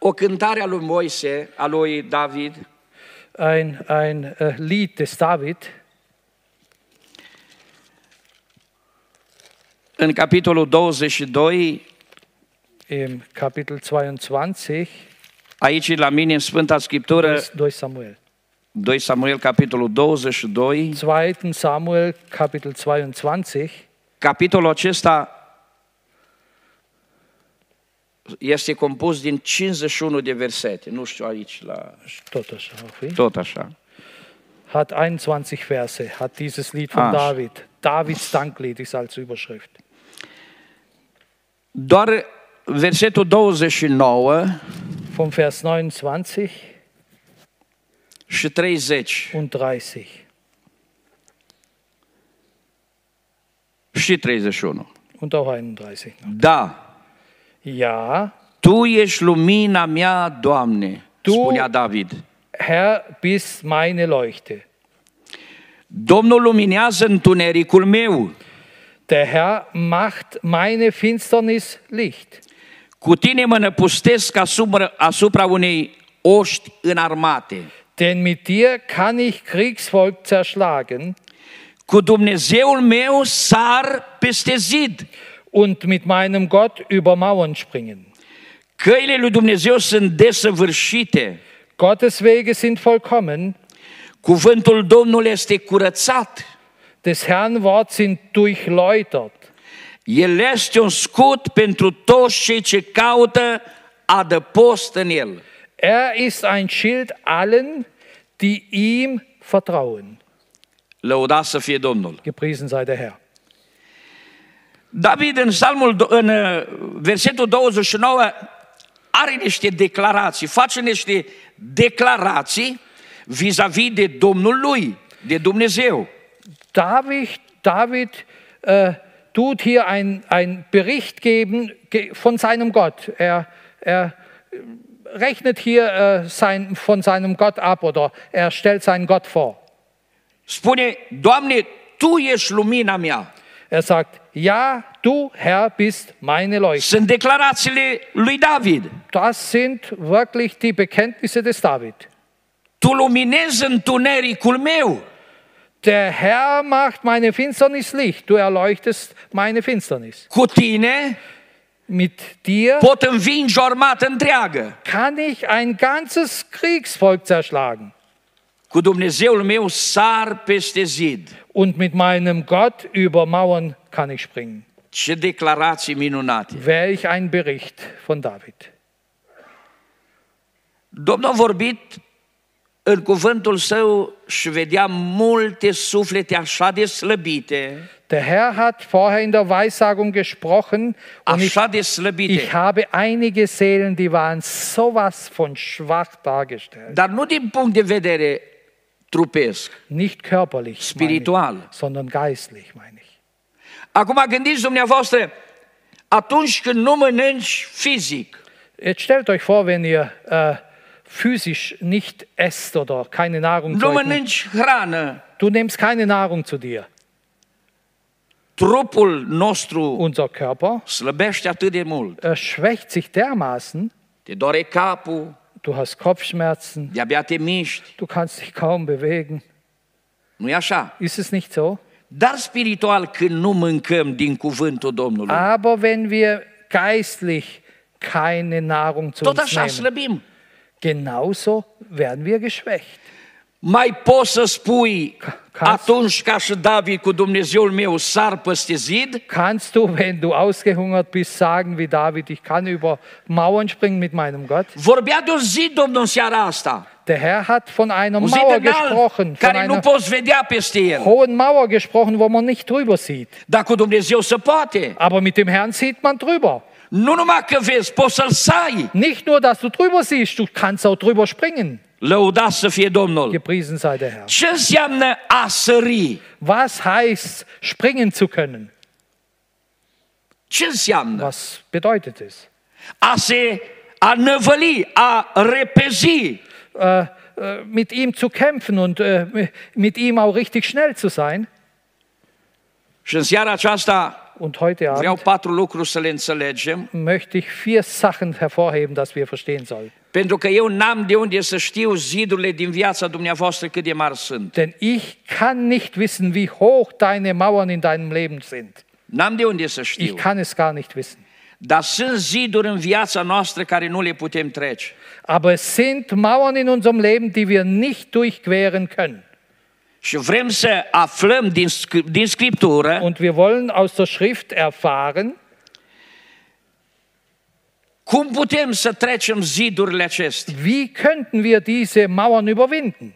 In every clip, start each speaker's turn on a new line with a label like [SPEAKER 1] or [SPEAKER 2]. [SPEAKER 1] o cântare a lui Moise, a lui David,
[SPEAKER 2] ein, ein äh, Lied des David
[SPEAKER 1] în capitolul 22,
[SPEAKER 2] im Kapitel 22,
[SPEAKER 1] aici la mine în Sfânta Scriptură,
[SPEAKER 2] Vers durch Samuel.
[SPEAKER 1] 2 Samuel, capitolul 22,
[SPEAKER 2] 2. Samuel, Kapitel 22.
[SPEAKER 1] capitolul acesta este compus din 51 de versete, nu știu aici la...
[SPEAKER 2] Stott das schon auf ihn?
[SPEAKER 1] Tot așa.
[SPEAKER 2] Hat 21 Verse, hat dieses Lied von
[SPEAKER 1] Ah.
[SPEAKER 2] David. Davids Danklied ist als Überschrift.
[SPEAKER 1] Doar versetul 29
[SPEAKER 2] Vom Vers 29
[SPEAKER 1] și 30
[SPEAKER 2] und 30
[SPEAKER 1] și 31.
[SPEAKER 2] und auch 31. noch.
[SPEAKER 1] Da,
[SPEAKER 2] Ja,
[SPEAKER 1] Tu ești lumina mea, Doamne,
[SPEAKER 2] Tu-
[SPEAKER 1] spunea David.
[SPEAKER 2] Herr, bist meine Leuchte.
[SPEAKER 1] Domnul luminează întunericul meu.
[SPEAKER 2] Der Herr macht meine Finsternis Licht.
[SPEAKER 1] Cu tine mă năpustesc asupra, asupra unei oști înarmate.
[SPEAKER 2] Denn mit dir kann ich Kriegsvolk zerschlagen
[SPEAKER 1] Cu Dumnezeul meu sar peste zid.
[SPEAKER 2] und mit meinem Gott über Mauern springen.
[SPEAKER 1] Căile lui Dumnezeu sunt desăvârșite.
[SPEAKER 2] Gottes Wege sind vollkommen,
[SPEAKER 1] Cuvântul Domnului este curățat.
[SPEAKER 2] des Herrn Wort sind durchläutert.
[SPEAKER 1] El este un scut pentru toți cei ce caută adăpost în el.
[SPEAKER 2] Er ist ein Schild allen, die ihm vertrauen.
[SPEAKER 1] Lăudați să fie Domnul.
[SPEAKER 2] Gepriesen sei der Herr.
[SPEAKER 1] David în psalmul, do- în uh, versetul 29 are niște declarații, face niște declarații vis-a-vis de Domnul lui, de Dumnezeu.
[SPEAKER 2] David, David äh, tut hier einen Bericht geben ge- von seinem Gott. Er, er äh, rechnet hier äh, sein, von seinem Gott ab oder er stellt seinen Gott vor.
[SPEAKER 1] Spune, Doamne, Tu ești lumina mea.
[SPEAKER 2] Er sagt, ja, du Herr bist meine Leuchte.
[SPEAKER 1] Sunt declarațiile lui David.
[SPEAKER 2] Das sind wirklich die Bekenntnisse des David.
[SPEAKER 1] Tu luminezi întunericul meu.
[SPEAKER 2] Der Herr macht meine Finsternis Licht, du erleuchtest meine Finsternis.
[SPEAKER 1] Cu tine
[SPEAKER 2] Mit dir
[SPEAKER 1] pot învinge o armată întreagă.
[SPEAKER 2] kann ich ein ganzes Kriegsvolk zerschlagen.
[SPEAKER 1] Cu Dumnezeul meu sar peste zid.
[SPEAKER 2] Und mit meinem Gott über Mauern kann ich springen.
[SPEAKER 1] Ce declarații minunate!
[SPEAKER 2] Welch ein Bericht von David.
[SPEAKER 1] Domnul a vorbit în cuvântul său și vedea multe suflete așa de slăbite,
[SPEAKER 2] Der Herr hat vorher in der Weissagung gesprochen und ich,
[SPEAKER 1] așa de slăbite,
[SPEAKER 2] ich habe einige Seelen, die waren sowas von schwach dargestellt.
[SPEAKER 1] dar nu din punct de vedere trupesc.
[SPEAKER 2] Nicht körperlich,
[SPEAKER 1] Spiritual.
[SPEAKER 2] Meine ich, sondern geistlich, meine ich.
[SPEAKER 1] Acum gândiți dumneavoastră, atunci când nu mănânci fizic,
[SPEAKER 2] Jetzt stellt euch vor, wenn ihr äh, physisch nicht esst oder keine Nahrung
[SPEAKER 1] nu
[SPEAKER 2] zu euch
[SPEAKER 1] mănânci hrană,
[SPEAKER 2] nimmt. Du nimmst keine Nahrung zu dir.
[SPEAKER 1] trupul nostru
[SPEAKER 2] Unser Körper
[SPEAKER 1] slăbește atât de mult.
[SPEAKER 2] äh, schwächt sich dermaßen,
[SPEAKER 1] Te dore capul,
[SPEAKER 2] du hast Kopfschmerzen,
[SPEAKER 1] de-abia te miști,
[SPEAKER 2] du kannst dich kaum bewegen.
[SPEAKER 1] nu e așa?
[SPEAKER 2] Ist es nicht so?
[SPEAKER 1] Dar spiritual când nu mâncăm din cuvântul Domnului,
[SPEAKER 2] Aber wenn wir geistlich keine Nahrung zu
[SPEAKER 1] tot
[SPEAKER 2] uns
[SPEAKER 1] așa
[SPEAKER 2] nehmen,
[SPEAKER 1] slăbim.
[SPEAKER 2] genauso werden wir geschwächt.
[SPEAKER 1] Mai poți să spui
[SPEAKER 2] ca-
[SPEAKER 1] atunci ca și David cu Dumnezeul meu sar peste zid?
[SPEAKER 2] Kannst du, wenn du ausgehungert bist, sagen wie David, ich kann über Mauern springen mit meinem Gott?
[SPEAKER 1] Vorbea de un zid, Domnul, în seara asta.
[SPEAKER 2] Der Herr hat von einer
[SPEAKER 1] Un
[SPEAKER 2] Mauer
[SPEAKER 1] zid
[SPEAKER 2] gesprochen,
[SPEAKER 1] înalt,
[SPEAKER 2] von
[SPEAKER 1] care nu
[SPEAKER 2] einer
[SPEAKER 1] poți vedea peste el.
[SPEAKER 2] hohen Mauer gesprochen, wo man nicht drüber sieht.
[SPEAKER 1] Dar cu Dumnezeu se poate.
[SPEAKER 2] Aber mit dem Herrn sieht man drüber.
[SPEAKER 1] Nu numai că vezi, poți să-l sai.
[SPEAKER 2] Nicht nur, dass du drüber siehst, du kannst auch drüber springen.
[SPEAKER 1] Lăudați să fie Domnul.
[SPEAKER 2] Gepriesen sei der Herr.
[SPEAKER 1] Ce înseamnă a sări?
[SPEAKER 2] Was heißt, springen zu können?
[SPEAKER 1] Ce înseamnă?
[SPEAKER 2] Was bedeutet es?
[SPEAKER 1] A se a năvăli, a repezi.
[SPEAKER 2] Äh, äh, mit ihm zu kämpfen und äh, mit ihm auch richtig schnell zu sein.
[SPEAKER 1] Și în seara aceasta
[SPEAKER 2] und heute
[SPEAKER 1] Vreau
[SPEAKER 2] Abend
[SPEAKER 1] patru lucruri să le înțelegem,
[SPEAKER 2] möchte ich vier Sachen hervorheben, dass wir verstehen sollen.
[SPEAKER 1] pentru că eu n-am de unde să știu zidurile din viața dumneavoastră cât de mari sunt.
[SPEAKER 2] Denn ich kann nicht wissen, wie hoch deine Mauern in deinem Leben sind.
[SPEAKER 1] N-am de unde să
[SPEAKER 2] Ich
[SPEAKER 1] știu.
[SPEAKER 2] kann es gar nicht wissen.
[SPEAKER 1] Dar sunt ziduri în viața noastră care nu le putem trece.
[SPEAKER 2] Aber es sind Mauern in unserem Leben, die wir nicht durchqueren können.
[SPEAKER 1] Și vrem să aflăm din, Scrip- din Scriptură
[SPEAKER 2] Und wir wollen aus der Schrift erfahren,
[SPEAKER 1] cum putem să trecem zidurile acestea.
[SPEAKER 2] wie könnten wir diese Mauern überwinden.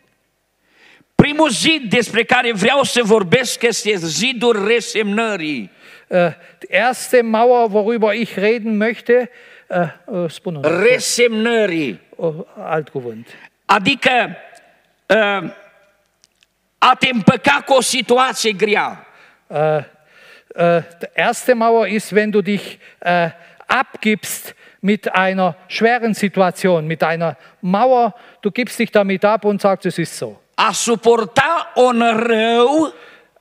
[SPEAKER 1] Primul zid despre care vreau să vorbesc este zidul resemnării.
[SPEAKER 2] Äh, die erste Mauer, worüber ich reden möchte, äh, äh, Spuno,
[SPEAKER 1] Resemnării.
[SPEAKER 2] oh, alt cuvânt.
[SPEAKER 1] Adică uh, a te împăca cu o situație grea.
[SPEAKER 2] Äh, äh, die erste Mauer ist, wenn du dich äh, abgibst mit einer schweren Situation, mit einer Mauer, du gibst dich damit ab und sagst, es ist so.
[SPEAKER 1] A suporta un rău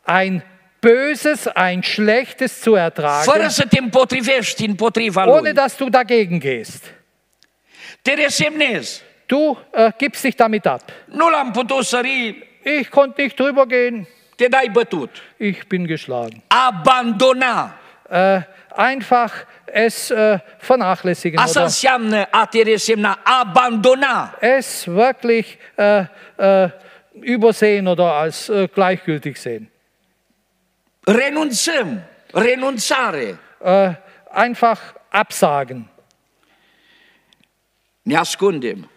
[SPEAKER 2] Ein Böses, ein Schlechtes zu
[SPEAKER 1] fără
[SPEAKER 2] ertragen,
[SPEAKER 1] să te împotrivești împotriva lui.
[SPEAKER 2] ohne dass du dagegen gehst.
[SPEAKER 1] Te resemnezi.
[SPEAKER 2] Du äh, gibst dich damit ab.
[SPEAKER 1] Nu l-am putut sări,
[SPEAKER 2] Ich konnte nicht drüber gehen,
[SPEAKER 1] te dai bătut.
[SPEAKER 2] ich bin geschlagen.
[SPEAKER 1] Abandona.
[SPEAKER 2] Äh, einfach es äh, vernachlässigen
[SPEAKER 1] Asta
[SPEAKER 2] oder
[SPEAKER 1] înseamnă a te resemna. Abandona.
[SPEAKER 2] es wirklich äh, äh, übersehen oder als äh, gleichgültig sehen.
[SPEAKER 1] Renunțăm. Renunțare.
[SPEAKER 2] Äh, einfach absagen
[SPEAKER 1] Ne ascundem.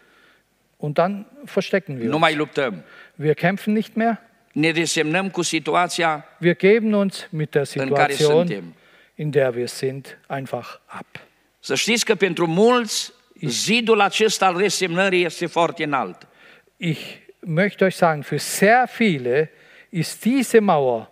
[SPEAKER 2] und dann verstecken wir.
[SPEAKER 1] Nu
[SPEAKER 2] uns.
[SPEAKER 1] mai luptăm.
[SPEAKER 2] Wir kämpfen nicht mehr,
[SPEAKER 1] Ne resemnăm cu situația
[SPEAKER 2] wir geben uns mit der
[SPEAKER 1] în care
[SPEAKER 2] Situation,
[SPEAKER 1] suntem.
[SPEAKER 2] in der wir sind, einfach ab.
[SPEAKER 1] Să știți că pentru mulți zidul acesta al resemnării este foarte înalt.
[SPEAKER 2] Ich möchte euch sagen, für sehr viele ist diese Mauer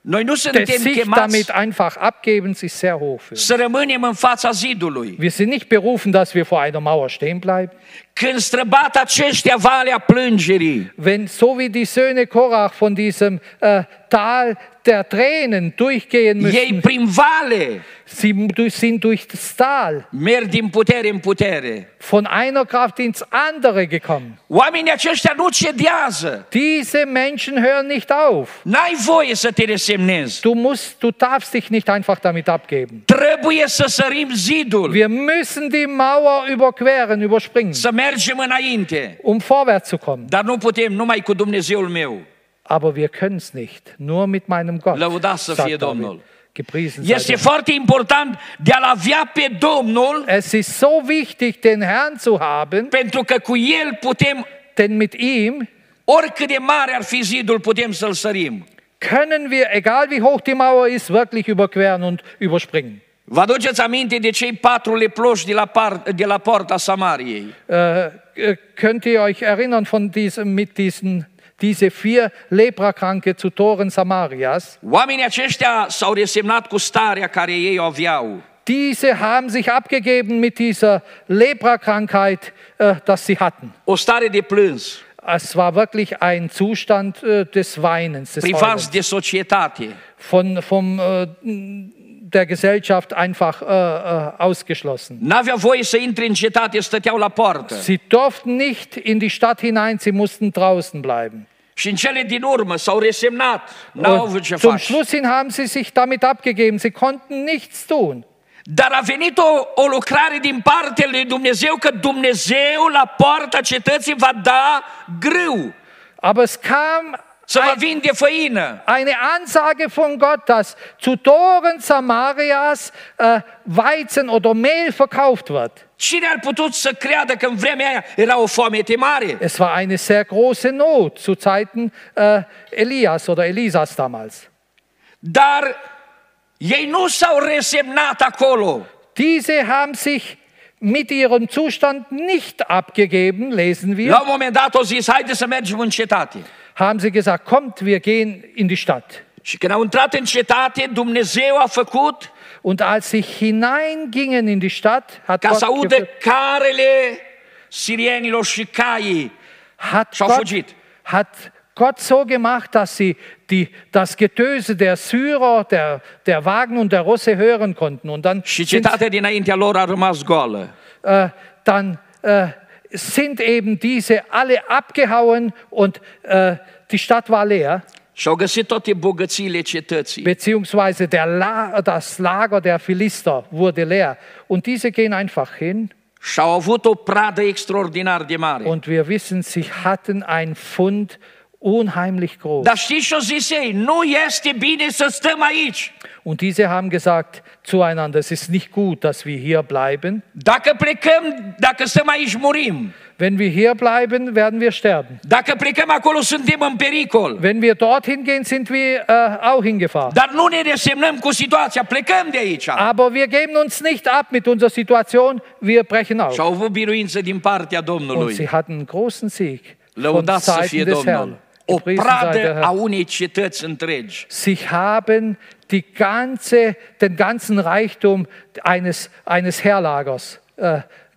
[SPEAKER 1] Noi nu
[SPEAKER 2] des
[SPEAKER 1] suntem
[SPEAKER 2] sich
[SPEAKER 1] chemați
[SPEAKER 2] damit einfach abgebens ist sehr hoch für uns.
[SPEAKER 1] să rămânem în fața zidului.
[SPEAKER 2] Wir sind nicht berufen, dass wir vor einer Mauer stehen bleiben.
[SPEAKER 1] Când străbat aceștia valea plângerii,
[SPEAKER 2] Wenn so wie die Söhne Korach von diesem äh, Tal der Tränen durchgehen
[SPEAKER 1] ei
[SPEAKER 2] müssen,
[SPEAKER 1] prin vale
[SPEAKER 2] sie du- sind durch das Tal
[SPEAKER 1] merg din putere în putere.
[SPEAKER 2] von einer Kraft ins andere gekommen.
[SPEAKER 1] Oamenii aceștia nu cedează.
[SPEAKER 2] Diese Menschen hören nicht auf.
[SPEAKER 1] N-ai voie să te resemnezi.
[SPEAKER 2] Du musst, du darfst dich nicht einfach damit abgeben.
[SPEAKER 1] Trebuie să sărim zidul,
[SPEAKER 2] Wir müssen die Mauer überqueren, überspringen,
[SPEAKER 1] să mergem înainte.
[SPEAKER 2] um vorwärts zu kommen.
[SPEAKER 1] Dar nu putem numai cu Dumnezeul meu.
[SPEAKER 2] Aber wir können es nicht. Nur mit meinem Gott.
[SPEAKER 1] Lăudați să fie
[SPEAKER 2] sagt
[SPEAKER 1] Domnul.
[SPEAKER 2] David. Gepriesen sei
[SPEAKER 1] Este
[SPEAKER 2] Domnul.
[SPEAKER 1] foarte important de a-L avea pe Domnul
[SPEAKER 2] Es ist so wichtig, den Herrn zu haben,
[SPEAKER 1] Pentru că cu el putem,
[SPEAKER 2] denn mit ihm
[SPEAKER 1] oricât de mare ar fi zidul, putem să-l sărim.
[SPEAKER 2] können wir, egal wie hoch die Mauer ist, wirklich überqueren und überspringen.
[SPEAKER 1] Vă aduceți aminte de cei patru leploși de la, par, de la poarta Samariei.
[SPEAKER 2] Äh, äh, könnt ihr euch erinnern von diesem, mit diesen, diese vier Leprakranke zu Toren Samarias?
[SPEAKER 1] Oamenii aceștia s-au resemnat cu starea care ei o aveau.
[SPEAKER 2] Diese haben sich abgegeben mit dieser Leprakrankheit, äh, dass sie hatten.
[SPEAKER 1] O stare de plâns,
[SPEAKER 2] Es war wirklich ein Zustand äh, des Weinens, des Heulens,
[SPEAKER 1] privați de societate.
[SPEAKER 2] von vom, äh, der Gesellschaft einfach äh, äh, ausgeschlossen.
[SPEAKER 1] N-aveau voie să intre în cetate, stăteau la poartă.
[SPEAKER 2] Sie durften nicht in die Stadt hinein, sie mussten draußen bleiben.
[SPEAKER 1] Și în cele din urmă s-au resemnat. N-au avut
[SPEAKER 2] Und
[SPEAKER 1] ce
[SPEAKER 2] zum
[SPEAKER 1] face.
[SPEAKER 2] Schluss hin haben sie sich damit abgegeben, sie konnten nichts tun.
[SPEAKER 1] Dar a venit o, o lucrare din partea lui Dumnezeu că Dumnezeu la poarta cetății va da grâu.
[SPEAKER 2] Aber es kam
[SPEAKER 1] Să vă vinde făină.
[SPEAKER 2] eine Ansage von Gott, dass zu Toren Samarias äh, Weizen oder Mehl verkauft wird.
[SPEAKER 1] Cine ar putut să creadă că în vremea aia era o foamete mare?
[SPEAKER 2] Es war eine sehr große Not zu Zeiten äh, Elias oder Elisas damals.
[SPEAKER 1] Dar ei nu s-au resemnat acolo.
[SPEAKER 2] Diese haben sich mit ihrem Zustand nicht abgegeben, lesen
[SPEAKER 1] La
[SPEAKER 2] wir,
[SPEAKER 1] un moment dat au zis, haide să mergem în cetate.
[SPEAKER 2] haben sie gesagt, kommt, wir gehen in die Stadt.
[SPEAKER 1] Și când au intrat în cetate, Dumnezeu a făcut
[SPEAKER 2] Und als sie hineingingen in die Stadt, hat
[SPEAKER 1] ca să
[SPEAKER 2] Gott,
[SPEAKER 1] audă
[SPEAKER 2] geführt,
[SPEAKER 1] carele sirienilor și caii.
[SPEAKER 2] hat,
[SPEAKER 1] Schau,
[SPEAKER 2] Gott,
[SPEAKER 1] Fujit.
[SPEAKER 2] hat Gott so gemacht, dass sie die, das Getöse der Syrer, der, der Wagen und der Russe hören konnten. Und dann
[SPEAKER 1] Și
[SPEAKER 2] sind,
[SPEAKER 1] cetatea dinaintea lor a rămas goală.
[SPEAKER 2] äh, dann äh, sind eben diese alle abgehauen und äh, die Stadt war leer,
[SPEAKER 1] Și au găsit toate bogățiile cetății.
[SPEAKER 2] beziehungsweise der La das Lager der Philister wurde leer. Und diese gehen einfach hin
[SPEAKER 1] Și au avut o pradă extraordinar de mare.
[SPEAKER 2] und wir wissen, sie hatten ein Fund unheimlich groß.
[SPEAKER 1] Dar știți ce-o zis ei? Nu este bine să stăm aici.
[SPEAKER 2] Und diese haben gesagt zueinander, es ist nicht gut, dass wir hier bleiben.
[SPEAKER 1] Dacă plecăm, dacă stăm aici, murim.
[SPEAKER 2] Wenn wir hier bleiben, werden wir sterben.
[SPEAKER 1] Dacă plecăm acolo, suntem în pericol.
[SPEAKER 2] Wenn wir dorthin gehen, sind wir äh, auch in Gefahr.
[SPEAKER 1] Dar nu ne resemnăm cu situația, plecăm de aici.
[SPEAKER 2] Aber wir geben uns nicht ab mit unserer Situation, wir brechen
[SPEAKER 1] Și
[SPEAKER 2] auf.
[SPEAKER 1] au avut biruință din partea
[SPEAKER 2] Und
[SPEAKER 1] Domnului.
[SPEAKER 2] sie hatten einen großen Sieg von
[SPEAKER 1] Lăudați să fie
[SPEAKER 2] Seiten des Herrn.
[SPEAKER 1] Domnul. O
[SPEAKER 2] Gepriesen sei der
[SPEAKER 1] pradă a
[SPEAKER 2] Herr.
[SPEAKER 1] unei cetăți întregi.
[SPEAKER 2] Sie haben die ganze, den ganzen Reichtum eines, eines Heerlagers äh,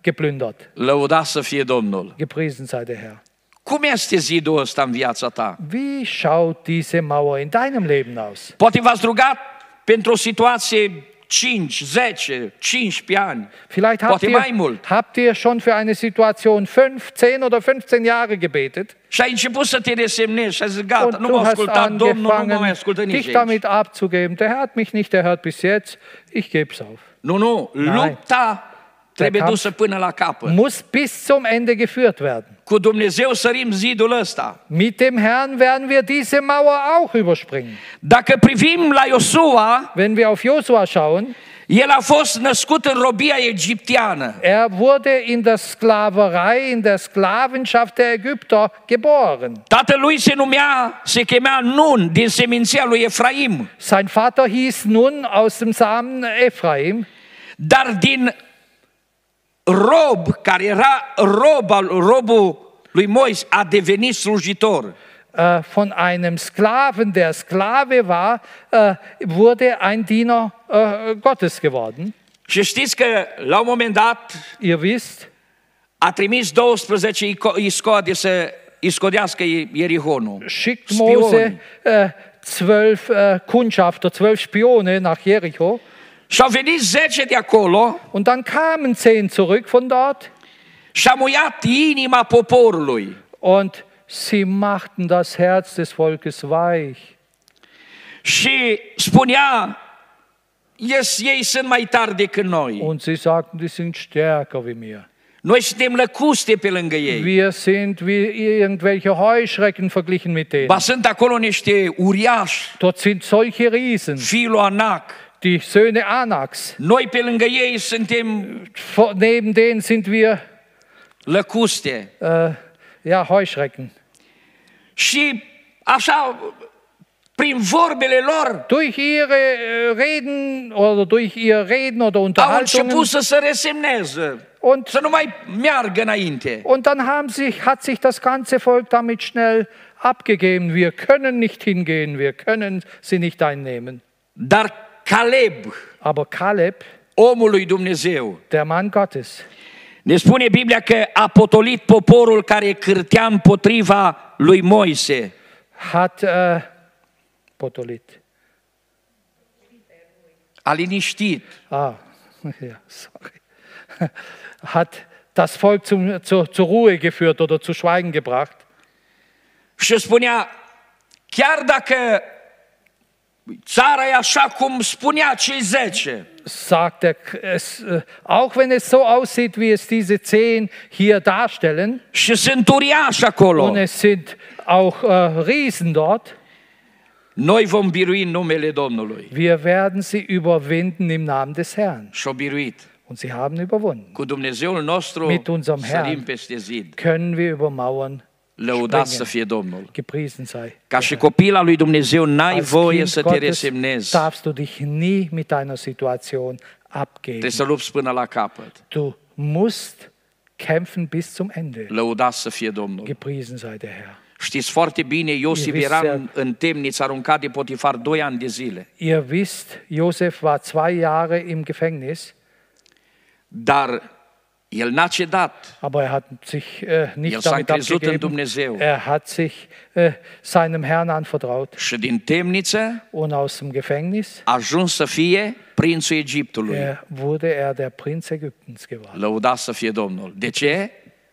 [SPEAKER 2] geplündert.
[SPEAKER 1] Lăudați să fie Domnul.
[SPEAKER 2] Gepriesen sei der Herr.
[SPEAKER 1] Cum este zidul ăsta în viața ta?
[SPEAKER 2] Wie schaut diese Mauer in deinem Leben aus?
[SPEAKER 1] Poate v-ați rugat pentru o situație 5, 10, 15 ani.
[SPEAKER 2] Vielleicht habt
[SPEAKER 1] Poate
[SPEAKER 2] ihr,
[SPEAKER 1] mai mult.
[SPEAKER 2] habt ihr schon für eine Situation fünf, zehn oder 15 Jahre gebetet
[SPEAKER 1] Și ai început să te resemnezi și ai zis, gata,
[SPEAKER 2] und
[SPEAKER 1] nu m-a
[SPEAKER 2] du hast
[SPEAKER 1] ascultat Domnul, nu mă mai
[SPEAKER 2] angefangen,
[SPEAKER 1] ascultă nici
[SPEAKER 2] dich
[SPEAKER 1] aici.
[SPEAKER 2] damit abzugeben. Der Herr hat mich nicht erhört bis jetzt, ich gebe es auf.
[SPEAKER 1] Nu, nu, lupta trebuie
[SPEAKER 2] camp-
[SPEAKER 1] dusă până la capăt.
[SPEAKER 2] Muss bis zum Ende geführt werden.
[SPEAKER 1] Cu Dumnezeu sărim zidul ăsta.
[SPEAKER 2] Mit dem Herrn werden wir diese Mauer auch überspringen.
[SPEAKER 1] Dacă privim la Iosua,
[SPEAKER 2] Wenn wir auf Josua schauen,
[SPEAKER 1] el a fost născut în robia egipteană.
[SPEAKER 2] er wurde in der Sklaverei, in der Sklavenschaft der Ägypter geboren.
[SPEAKER 1] Tatălui se numea, se chemea Nun, din seminția lui Efraim.
[SPEAKER 2] Sein Vater hieß nun aus dem Samen Ephraim.
[SPEAKER 1] Dar din rob, care era rob al, robul lui Moise, a devenit slujitor.
[SPEAKER 2] äh, von einem Sklaven, der Sklave war, äh, wurde ein Diener äh, Gottes geworden.
[SPEAKER 1] Și știți că la un moment dat
[SPEAKER 2] Ihr wisst,
[SPEAKER 1] a trimis 12 ico- iscode să iscodească I- Ierihonul.
[SPEAKER 2] schickt
[SPEAKER 1] Spione.
[SPEAKER 2] Mose äh, zwölf äh, Kundschafter, zwölf Spione nach Jericho.
[SPEAKER 1] Și au venit 10 de acolo
[SPEAKER 2] Und dann kamen zehn zurück von dort
[SPEAKER 1] și a muiat inima poporului.
[SPEAKER 2] und sie machten das Herz des Volkes weich.
[SPEAKER 1] Și spunea, yes, ei sunt mai tari decât noi.
[SPEAKER 2] Und sie sagten, die sind stärker wie mir.
[SPEAKER 1] Noi suntem lăcuste pe lângă ei.
[SPEAKER 2] Wir sind wie irgendwelche Heuschrecken verglichen mit denen.
[SPEAKER 1] Ba sunt acolo niște uriași,
[SPEAKER 2] Dort sind solche Riesen,
[SPEAKER 1] filul Anac.
[SPEAKER 2] die Söhne Anaks.
[SPEAKER 1] Noi pe lângă ei suntem
[SPEAKER 2] Vor- neben denen sind wir
[SPEAKER 1] lăcuste.
[SPEAKER 2] äh, ja, Heuschrecken.
[SPEAKER 1] Și așa, prin vorbele lor,
[SPEAKER 2] Durch ihre äh, Reden oder durch ihr Reden oder
[SPEAKER 1] au
[SPEAKER 2] Unterhaltungen
[SPEAKER 1] început să se resemneze,
[SPEAKER 2] und,
[SPEAKER 1] să nu mai meargă înainte.
[SPEAKER 2] und dann haben sich, hat sich das ganze Volk damit schnell abgegeben. Wir können nicht hingehen, wir können sie nicht einnehmen.
[SPEAKER 1] Dar Caleb,
[SPEAKER 2] Aber Kaleb,
[SPEAKER 1] omul lui Dumnezeu,
[SPEAKER 2] der Mann Gottes,
[SPEAKER 1] ne spune Biblia că a potolit poporul care cârtea împotriva lui Moise.
[SPEAKER 2] hat äh, Potolit.
[SPEAKER 1] A liniștit.
[SPEAKER 2] Ah, ja, sorry. Hat das Volk zum, zur, zur Ruhe geführt oder zu Schweigen gebracht.
[SPEAKER 1] Și spunea, chiar dacă țara e așa cum spunea cei zece,
[SPEAKER 2] sagt er, es, äh, auch wenn es so aussieht, wie es diese zehn hier darstellen,
[SPEAKER 1] și sunt uriași acolo,
[SPEAKER 2] und es sind auch äh, Riesen dort,
[SPEAKER 1] Noi vom birui în numele Domnului.
[SPEAKER 2] wir werden sie überwinden im Namen des Herrn.
[SPEAKER 1] Și-o biruit.
[SPEAKER 2] Und sie haben überwunden.
[SPEAKER 1] Cu Dumnezeul nostru
[SPEAKER 2] Mit unserem
[SPEAKER 1] sărim
[SPEAKER 2] Herrn.
[SPEAKER 1] peste zid.
[SPEAKER 2] Können wir über Mauern
[SPEAKER 1] Lăudați să
[SPEAKER 2] springen.
[SPEAKER 1] fie Domnul.
[SPEAKER 2] Gepriesen sei.
[SPEAKER 1] Ca și copil al lui Dumnezeu, n-ai
[SPEAKER 2] Als
[SPEAKER 1] voie
[SPEAKER 2] Kind
[SPEAKER 1] să te
[SPEAKER 2] Gottes
[SPEAKER 1] resemnezi.
[SPEAKER 2] darfst du dich nie mit deiner Situation abgeben.
[SPEAKER 1] Trebuie să lupți până la capăt.
[SPEAKER 2] Du musst kämpfen bis zum Ende.
[SPEAKER 1] Lăudați să fie Domnul.
[SPEAKER 2] Gepriesen sei der Herr.
[SPEAKER 1] Știți foarte bine, Iosif
[SPEAKER 2] Iubiți
[SPEAKER 1] era
[SPEAKER 2] să-
[SPEAKER 1] în, în temniță aruncat de Potifar 2 ani de zile.
[SPEAKER 2] Ihr wisst, Josef war zwei Jahre im Gefängnis.
[SPEAKER 1] Dar El n-a cedat.
[SPEAKER 2] Aber er hat sich äh, nicht
[SPEAKER 1] El s-a
[SPEAKER 2] damit
[SPEAKER 1] încrezut în
[SPEAKER 2] abgegeben.
[SPEAKER 1] Dumnezeu.
[SPEAKER 2] Er hat sich äh, seinem Herrn anvertraut
[SPEAKER 1] Și din temniță
[SPEAKER 2] und aus dem Gefängnis
[SPEAKER 1] a ajuns să fie prințul Egiptului.
[SPEAKER 2] äh, wurde er der Prinz Ägyptens geworden.
[SPEAKER 1] Lăudat să fie Domnul. De ce?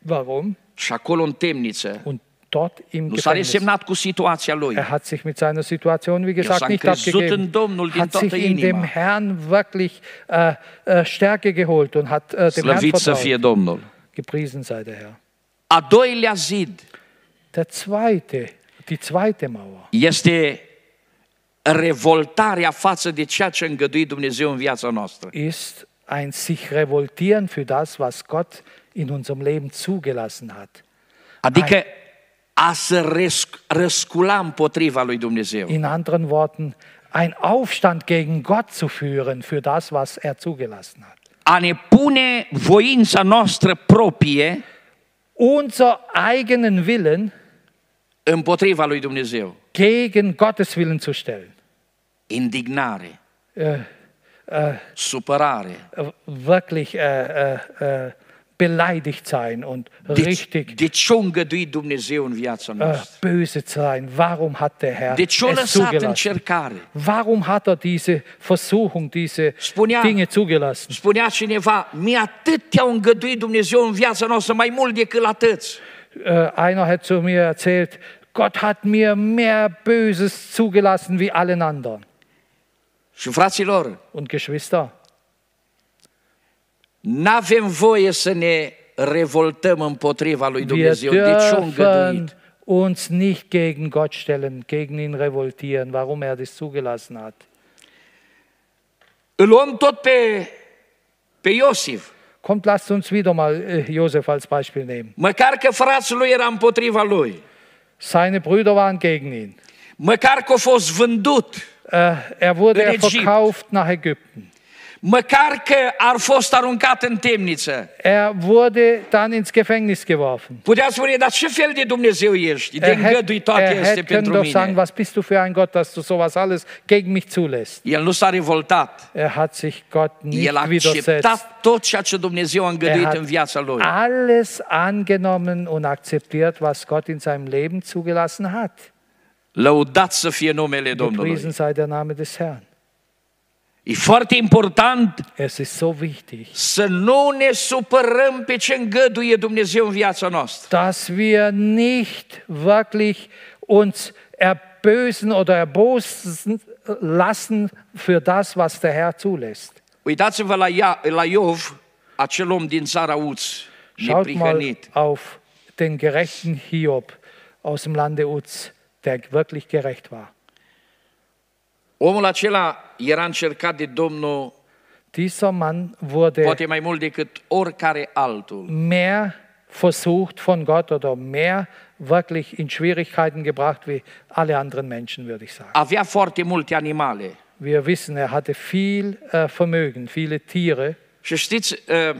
[SPEAKER 2] Warum?
[SPEAKER 1] Și acolo în temniță
[SPEAKER 2] Und dort im
[SPEAKER 1] nu s-a
[SPEAKER 2] Gefängnis.
[SPEAKER 1] resemnat cu situația lui.
[SPEAKER 2] Er hat sich mit seiner Situation, wie
[SPEAKER 1] s-a
[SPEAKER 2] gesagt, nicht
[SPEAKER 1] încrezut
[SPEAKER 2] abgegeben.
[SPEAKER 1] în Domnul din
[SPEAKER 2] Hat sich
[SPEAKER 1] toată
[SPEAKER 2] in
[SPEAKER 1] inima.
[SPEAKER 2] dem Herrn wirklich äh, äh, Stärke geholt und hat äh, dem Herrn
[SPEAKER 1] Slăvit să fie
[SPEAKER 2] vertraut.
[SPEAKER 1] Domnul.
[SPEAKER 2] Gepriesen sei der Herr.
[SPEAKER 1] A doilea zid
[SPEAKER 2] Der zweite, die zweite Mauer
[SPEAKER 1] este revoltarea față de ceea ce a îngăduit Dumnezeu în viața noastră.
[SPEAKER 2] ist ein sich revoltieren für das, was Gott in unserem Leben zugelassen hat.
[SPEAKER 1] Adică a se resc- răscula împotriva lui Dumnezeu.
[SPEAKER 2] In anderen Worten, ein Aufstand gegen Gott zu führen für das, was er zugelassen hat.
[SPEAKER 1] A ne pune voința noastră proprie
[SPEAKER 2] Unser eigenen Willen
[SPEAKER 1] împotriva lui Dumnezeu.
[SPEAKER 2] gegen Gottes Willen zu stellen.
[SPEAKER 1] Indignare,
[SPEAKER 2] Äh,
[SPEAKER 1] supărare.
[SPEAKER 2] äh, wirklich äh, äh, äh, beleidigt sein und
[SPEAKER 1] De,
[SPEAKER 2] richtig
[SPEAKER 1] de ce a îngăduit Dumnezeu în viața
[SPEAKER 2] äh,
[SPEAKER 1] noastră?
[SPEAKER 2] böse sein. Warum hat der Herr
[SPEAKER 1] De ce a
[SPEAKER 2] es
[SPEAKER 1] lăsat
[SPEAKER 2] zugelassen?
[SPEAKER 1] încercare?
[SPEAKER 2] Warum hat er diese Versuchung, diese
[SPEAKER 1] Spunea-
[SPEAKER 2] Dinge zugelassen?
[SPEAKER 1] Spunea cineva, mi atât te-au îngăduit Dumnezeu în viața noastră, mai mult decât la tăți.
[SPEAKER 2] Äh, einer hat zu mir erzählt, Gott hat mir mehr Böses zugelassen wie allen anderen.
[SPEAKER 1] Și fraților,
[SPEAKER 2] Und Geschwister,
[SPEAKER 1] n-avem voie să ne revoltăm împotriva lui
[SPEAKER 2] wir
[SPEAKER 1] Dumnezeu. De ce a
[SPEAKER 2] dürfen
[SPEAKER 1] îngăduit?
[SPEAKER 2] uns nicht gegen Gott stellen, gegen ihn revoltieren, warum er das zugelassen hat.
[SPEAKER 1] Îl luăm tot pe, pe Iosif.
[SPEAKER 2] Kommt, lasst uns wieder mal äh, Josef als Beispiel nehmen.
[SPEAKER 1] Măcar că frații lui era împotriva lui.
[SPEAKER 2] Seine Brüder waren gegen ihn.
[SPEAKER 1] Măcar că a fost vândut.
[SPEAKER 2] Äh, er wurde
[SPEAKER 1] În
[SPEAKER 2] er
[SPEAKER 1] Egipt.
[SPEAKER 2] verkauft nach Ägypten.
[SPEAKER 1] Măcar că ar fost aruncat în temniță.
[SPEAKER 2] Er wurde dann ins Gefängnis geworfen.
[SPEAKER 1] Putea spune, dar ce fel de Dumnezeu ești? De
[SPEAKER 2] Er hätte,
[SPEAKER 1] îngăduitoare
[SPEAKER 2] er
[SPEAKER 1] este
[SPEAKER 2] hätte können
[SPEAKER 1] pentru
[SPEAKER 2] doch sagen,
[SPEAKER 1] mine.
[SPEAKER 2] was bist du für ein Gott, dass du sowas alles gegen mich zulässt.
[SPEAKER 1] El nu s-a revoltat.
[SPEAKER 2] Er hat sich Gott nicht
[SPEAKER 1] El a
[SPEAKER 2] widersetzt.
[SPEAKER 1] acceptat tot ceea ce Dumnezeu a
[SPEAKER 2] Er
[SPEAKER 1] îngăduit în
[SPEAKER 2] hat
[SPEAKER 1] viața lui.
[SPEAKER 2] alles angenommen und akzeptiert, was Gott in seinem Leben zugelassen hat.
[SPEAKER 1] Lăudat să fie numele Domnului.
[SPEAKER 2] Gepriesen sei der Name des Herrn.
[SPEAKER 1] E foarte important
[SPEAKER 2] Es ist so wichtig.
[SPEAKER 1] Să nu ne supărăm pe ce îngăduie Dumnezeu în viața noastră.
[SPEAKER 2] dass wir nicht wirklich uns erbösen oder erbosen lassen für das, was der Herr zulässt.
[SPEAKER 1] Uitați-vă la, Ia, la Iov, acel om din țara Uț,
[SPEAKER 2] Schaut mal
[SPEAKER 1] neprihănit.
[SPEAKER 2] auf den gerechten Hiob aus dem Lande Uz, der wirklich gerecht war.
[SPEAKER 1] Omul acela era încercat de Domnul
[SPEAKER 2] Dieser Mann wurde
[SPEAKER 1] poate mai mult decât oricare altul.
[SPEAKER 2] mehr versucht von Gott oder mehr wirklich in Schwierigkeiten gebracht wie alle anderen Menschen, würde ich sagen.
[SPEAKER 1] Avea foarte multe animale.
[SPEAKER 2] Wir wissen, er hatte viel äh, Vermögen, viele Tiere.
[SPEAKER 1] Și știți, uh,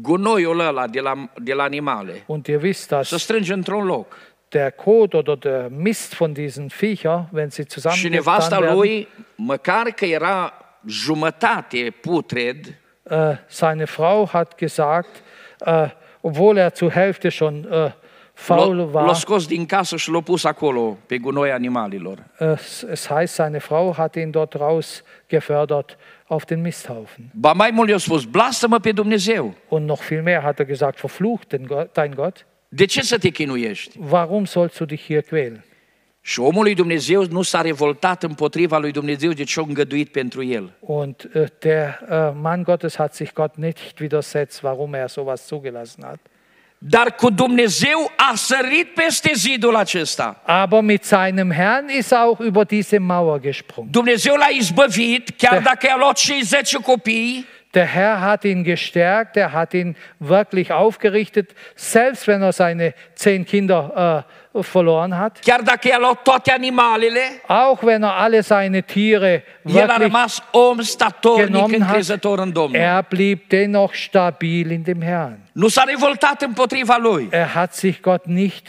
[SPEAKER 1] gunoiul ăla de la, de la animale
[SPEAKER 2] Und ihr wisst,
[SPEAKER 1] se
[SPEAKER 2] dass
[SPEAKER 1] strânge într-un loc.
[SPEAKER 2] der Kot oder der Mist von diesen Viecher, wenn sie
[SPEAKER 1] Și
[SPEAKER 2] zusammengetan
[SPEAKER 1] nevasta
[SPEAKER 2] werden,
[SPEAKER 1] lui, măcar că era jumătate putred,
[SPEAKER 2] äh, seine Frau hat gesagt, äh, obwohl er zur Hälfte schon äh, faul
[SPEAKER 1] L-a
[SPEAKER 2] war,
[SPEAKER 1] scos din casă și l-a pus acolo, pe gunoi animalilor.
[SPEAKER 2] äh, es es heißt, seine Frau hat ihn dort raus gefördert auf den Misthaufen.
[SPEAKER 1] Ba mai mult i-a spus, blastă-mă pe Dumnezeu.
[SPEAKER 2] Und noch viel mehr hat er gesagt, verflucht den Gott, dein Gott,
[SPEAKER 1] De ce să te chinuiești?
[SPEAKER 2] warum sollst du dich hier quälen?
[SPEAKER 1] Și omul lui Dumnezeu nu s-a revoltat împotriva lui Dumnezeu de ce a îngăduit pentru el.
[SPEAKER 2] Und äh, der äh, Mann Gottes hat sich Gott nicht widersetzt, warum er sowas zugelassen hat.
[SPEAKER 1] Dar cu Dumnezeu a sărit peste zidul acesta.
[SPEAKER 2] Aber mit seinem Herrn ist er auch über diese Mauer gesprungen.
[SPEAKER 1] Dumnezeu l-a izbăvit, chiar dacă i-a luat cei 10 copii,
[SPEAKER 2] Der Herr hat ihn gestärkt, er hat ihn wirklich aufgerichtet, selbst wenn er seine zehn Kinder äh, verloren hat.
[SPEAKER 1] chiar dacă i-a luat toate animalele,
[SPEAKER 2] Auch wenn er alle seine Tiere
[SPEAKER 1] el a
[SPEAKER 2] wirklich
[SPEAKER 1] rămas om statornic,
[SPEAKER 2] genommen hat,
[SPEAKER 1] încrezător în Domnul.
[SPEAKER 2] er blieb dennoch stabil in dem Herrn.
[SPEAKER 1] Nu s-a revoltat împotriva lui.
[SPEAKER 2] Er hat sich Gott nicht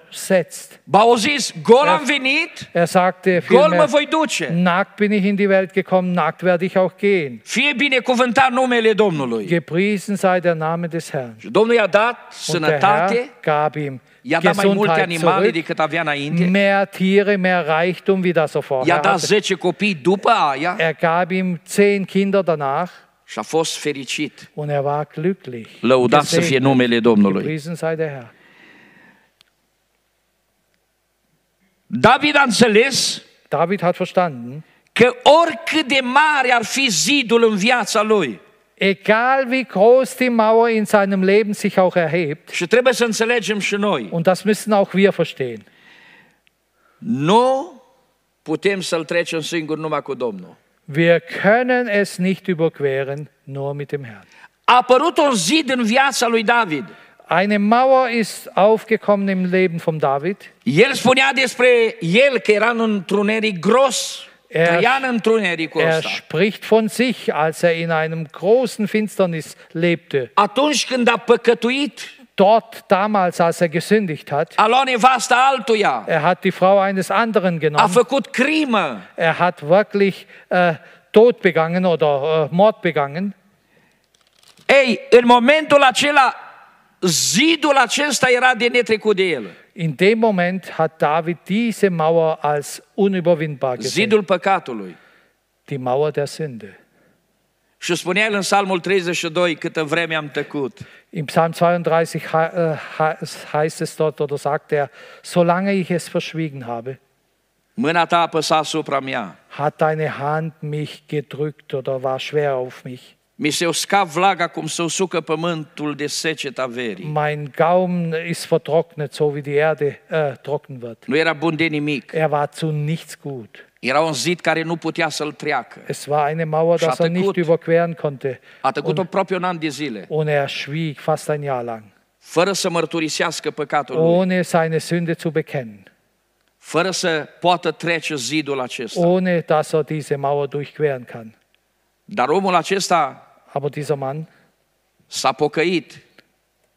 [SPEAKER 2] widersetzt.
[SPEAKER 1] Ba au zis, gol am venit,
[SPEAKER 2] Er sagte
[SPEAKER 1] gol mă
[SPEAKER 2] vielmehr,
[SPEAKER 1] voi duce.
[SPEAKER 2] nackt bin ich in die Welt gekommen, nackt werde ich auch gehen.
[SPEAKER 1] Fie binecuvântat numele Domnului.
[SPEAKER 2] Gepriesen sei der Name des Herrn.
[SPEAKER 1] Și Domnul i-a dat
[SPEAKER 2] Und der Herr
[SPEAKER 1] sănătate,
[SPEAKER 2] gab ihm
[SPEAKER 1] i-a dat mai multe
[SPEAKER 2] Gesundheit
[SPEAKER 1] animale
[SPEAKER 2] zurück,
[SPEAKER 1] decât avea înainte,
[SPEAKER 2] mehr Tiere, mehr Reichtum, wie das er vorher
[SPEAKER 1] i-a dat
[SPEAKER 2] hatte.
[SPEAKER 1] 10 copii după aia
[SPEAKER 2] Er gab ihm zehn Kinder danach
[SPEAKER 1] și a fost fericit.
[SPEAKER 2] und er war glücklich.
[SPEAKER 1] Lăudat să fie
[SPEAKER 2] Gesegnet.
[SPEAKER 1] numele Domnului.
[SPEAKER 2] Gepriesen sei der Herr.
[SPEAKER 1] David a înțeles
[SPEAKER 2] David hat verstanden,
[SPEAKER 1] că oricât de mare ar fi zidul în viața lui,
[SPEAKER 2] egal wie groß die Mauer in seinem Leben sich auch erhebt,
[SPEAKER 1] și trebuie să înțelegem și noi,
[SPEAKER 2] und das müssen auch wir verstehen,
[SPEAKER 1] nu putem să-l trecem singur numai cu Domnul.
[SPEAKER 2] wir können es nicht überqueren, nur mit dem Herrn.
[SPEAKER 1] A apărut un zid în viața lui David.
[SPEAKER 2] Eine Mauer ist aufgekommen im Leben von David.
[SPEAKER 1] El spunea despre el că era în întuneric gros,
[SPEAKER 2] Er-
[SPEAKER 1] trăia în întunericul
[SPEAKER 2] Er
[SPEAKER 1] ăsta.
[SPEAKER 2] spricht von sich, als er in einem großen Finsternis lebte.
[SPEAKER 1] Atunci când a păcătuit,
[SPEAKER 2] Dort damals, als er gesündigt hat,
[SPEAKER 1] a luat nevasta altuia,
[SPEAKER 2] er hat die Frau eines anderen
[SPEAKER 1] a
[SPEAKER 2] genommen.
[SPEAKER 1] făcut crimă,
[SPEAKER 2] Er hat wirklich äh, Tod begangen oder äh, Mord begangen.
[SPEAKER 1] Ei, în momentul acela, zidul acesta era de netrecut de el.
[SPEAKER 2] In dem Moment hat David diese Mauer als unüberwindbar gesehen.
[SPEAKER 1] Zidul păcatului.
[SPEAKER 2] Die Mauer der Sünde.
[SPEAKER 1] Și spunea el în Psalmul 32, câtă vreme am tăcut.
[SPEAKER 2] Im Psalm 32 he- äh, he- es heißt es dort oder sagt er, solange ich es verschwiegen habe,
[SPEAKER 1] Mâna ta a apăsat asupra mea.
[SPEAKER 2] hat deine Hand mich gedrückt oder war schwer auf mich.
[SPEAKER 1] Mi se usca vlaga cum se usucă pământul de seceta verii.
[SPEAKER 2] Mein Gaumen ist vertrocknet, so wie die Erde äh, trocken wird.
[SPEAKER 1] Nu era bun de nimic.
[SPEAKER 2] Er war zu nichts gut.
[SPEAKER 1] Era un zid care nu putea să-l treacă.
[SPEAKER 2] Es war eine Mauer, dass
[SPEAKER 1] Schatte
[SPEAKER 2] er nicht
[SPEAKER 1] gut.
[SPEAKER 2] überqueren konnte.
[SPEAKER 1] A tăcut-o aproape un an de zile,
[SPEAKER 2] Und er schwieg fast ein Jahr lang,
[SPEAKER 1] fără să mărturisească păcatul lui,
[SPEAKER 2] ohne seine Sünde zu bekennen,
[SPEAKER 1] fără să poată trece zidul acesta.
[SPEAKER 2] ohne dass er diese Mauer durchqueren kann.
[SPEAKER 1] Dar omul acesta
[SPEAKER 2] Aber dieser Mann
[SPEAKER 1] s-a pocăit,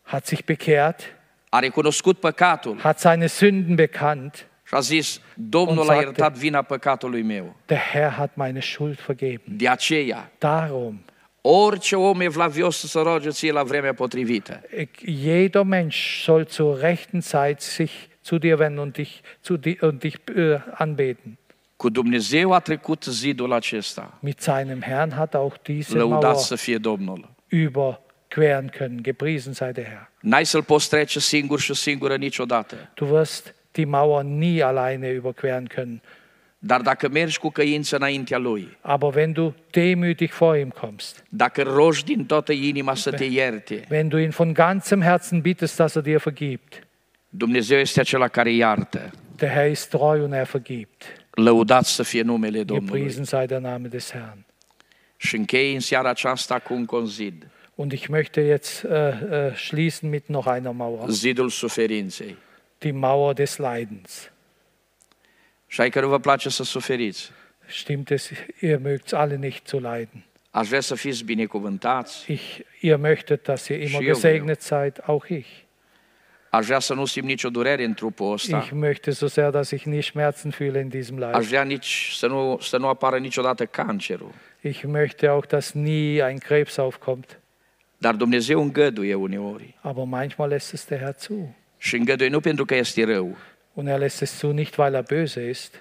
[SPEAKER 2] hat sich bekehrt,
[SPEAKER 1] a recunoscut păcatul
[SPEAKER 2] hat seine Sünden bekannt.
[SPEAKER 1] și a zis, Domnul a
[SPEAKER 2] Consacte.
[SPEAKER 1] iertat vina păcatului meu.
[SPEAKER 2] Der Herr hat meine Schuld vergeben.
[SPEAKER 1] De aceea,
[SPEAKER 2] Darum,
[SPEAKER 1] orice om evlavios să se roage ție la vremea potrivită.
[SPEAKER 2] äh, jeder Mensch soll zur rechten Zeit sich zu dir wenden und dich, zu dir, und dich äh, anbeten.
[SPEAKER 1] Cu Dumnezeu a trecut zidul acesta.
[SPEAKER 2] Mit seinem Herrn hat er auch diese
[SPEAKER 1] Lăudat
[SPEAKER 2] Mauer
[SPEAKER 1] să fie Domnul.
[SPEAKER 2] überqueren können. Gepriesen sei der Herr.
[SPEAKER 1] N-ai să-l poți trece singur și singură niciodată.
[SPEAKER 2] Du wirst die Mauer nie alleine überqueren können.
[SPEAKER 1] Dar dacă mergi cu căință înaintea lui,
[SPEAKER 2] Aber wenn du demütig vor ihm kommst,
[SPEAKER 1] dacă rogi din toată inima să te ierte,
[SPEAKER 2] wenn du ihn von ganzem Herzen bittest, dass er dir vergibt,
[SPEAKER 1] Dumnezeu este acela care iartă.
[SPEAKER 2] der Herr ist treu und er vergibt.
[SPEAKER 1] Lăudat să fie numele Domnului.
[SPEAKER 2] Gepriesen sei der Name des Herrn.
[SPEAKER 1] Și închei în seara aceasta cu un conzid.
[SPEAKER 2] Und ich möchte jetzt äh, äh, schließen mit noch einer Mauer,
[SPEAKER 1] zidul suferinței.
[SPEAKER 2] die Mauer des Leidens.
[SPEAKER 1] Și ai că nu vă place să suferiți.
[SPEAKER 2] Stimmt es, ihr mögt alle nicht zu leiden.
[SPEAKER 1] Aș vrea să fiți binecuvântați,
[SPEAKER 2] Ich, ihr möchtet, dass ihr immer
[SPEAKER 1] Schirm,
[SPEAKER 2] gesegnet seid, auch ich.
[SPEAKER 1] aș vrea să nu simt nicio durere în trupul ăsta,
[SPEAKER 2] Ich möchte so sehr, dass ich nie Schmerzen fühle in diesem Leib.
[SPEAKER 1] aș vrea nici să nu, să nu apară niciodată cancerul.
[SPEAKER 2] Ich möchte auch, dass nie ein Krebs aufkommt.
[SPEAKER 1] Dar Dumnezeu îngăduie uneori.
[SPEAKER 2] Aber manchmal lässt es der Herr zu.
[SPEAKER 1] Și îngăduie nu pentru că este rău,
[SPEAKER 2] Und er lässt es zu, nicht weil er böse ist.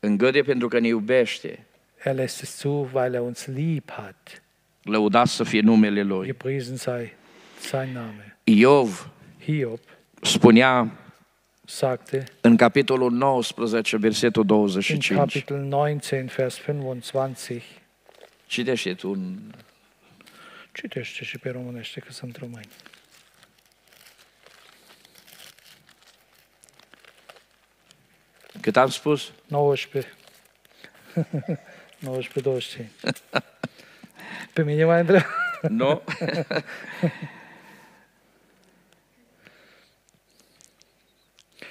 [SPEAKER 1] îngăduie pentru că ne iubește.
[SPEAKER 2] Er lässt es zu, weil er uns lieb hat.
[SPEAKER 1] Lăudat să fie numele Lui.
[SPEAKER 2] Gepriesen sei sein Name.
[SPEAKER 1] Iov
[SPEAKER 2] Hiob
[SPEAKER 1] spunea
[SPEAKER 2] sagte
[SPEAKER 1] în capitolul 19, versetul
[SPEAKER 2] in
[SPEAKER 1] 25.
[SPEAKER 2] Kapitel 19, Vers 25.
[SPEAKER 1] Citește tu în
[SPEAKER 2] Citește și pe românește că sunt români.
[SPEAKER 1] cât am spus?
[SPEAKER 2] 19. 19, 25. Pe mine mai întreb.
[SPEAKER 1] Nu?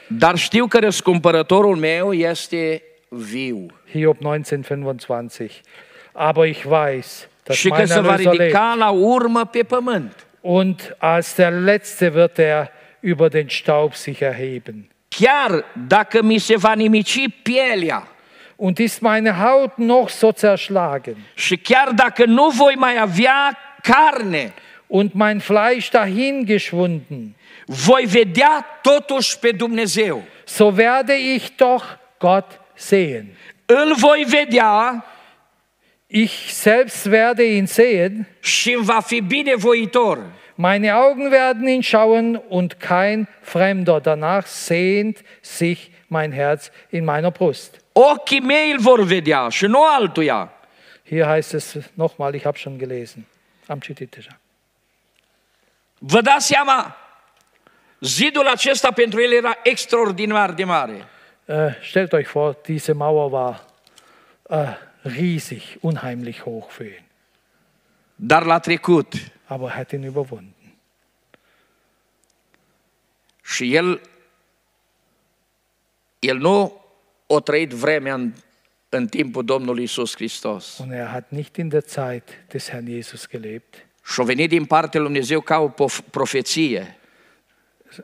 [SPEAKER 1] Dar știu că răscumpărătorul meu este viu
[SPEAKER 2] Hiob 19, 25. Aber ich weiß, dass
[SPEAKER 1] și că
[SPEAKER 2] mein
[SPEAKER 1] se va
[SPEAKER 2] Erlöser lebt.
[SPEAKER 1] ridica la urmă pe pământ.
[SPEAKER 2] und als der Letzte wird er über den Staub sich erheben.
[SPEAKER 1] Chiar dacă mi se va nimici pielea
[SPEAKER 2] Und ist meine Haut noch so zerschlagen
[SPEAKER 1] și chiar dacă nu voi mai avea carne,
[SPEAKER 2] und mein Fleisch dahingeschwunden,
[SPEAKER 1] voi vedea totuși pe Dumnezeu.
[SPEAKER 2] so werde ich doch Gott sehen.
[SPEAKER 1] Îl voi vedea
[SPEAKER 2] Ich selbst werde ihn sehen,
[SPEAKER 1] și îmi va fi binevoitor.
[SPEAKER 2] meine Augen werden ihn schauen und kein Fremder. Danach sehnt sich mein Herz in meiner Brust.
[SPEAKER 1] Ochii mei îl vor vedea și nu altuia.
[SPEAKER 2] Hier heißt es nochmal, ich habe schon gelesen. Am citit deja.
[SPEAKER 1] Vă dați seama, zidul acesta pentru el era extraordinar de mare.
[SPEAKER 2] Äh, stellt euch vor, diese Mauer war äh, riesig, unheimlich hoch für ihn.
[SPEAKER 1] Dar l-a trecut
[SPEAKER 2] Aber er hat ihn überwunden.
[SPEAKER 1] și el, el nu o trăit vremea în, în timpul Domnului Isus Hristos.
[SPEAKER 2] Und er hat nicht in der Zeit des Herrn Jesus gelebt.
[SPEAKER 1] Și a venit din partea lui Dumnezeu ca o pof- profeție.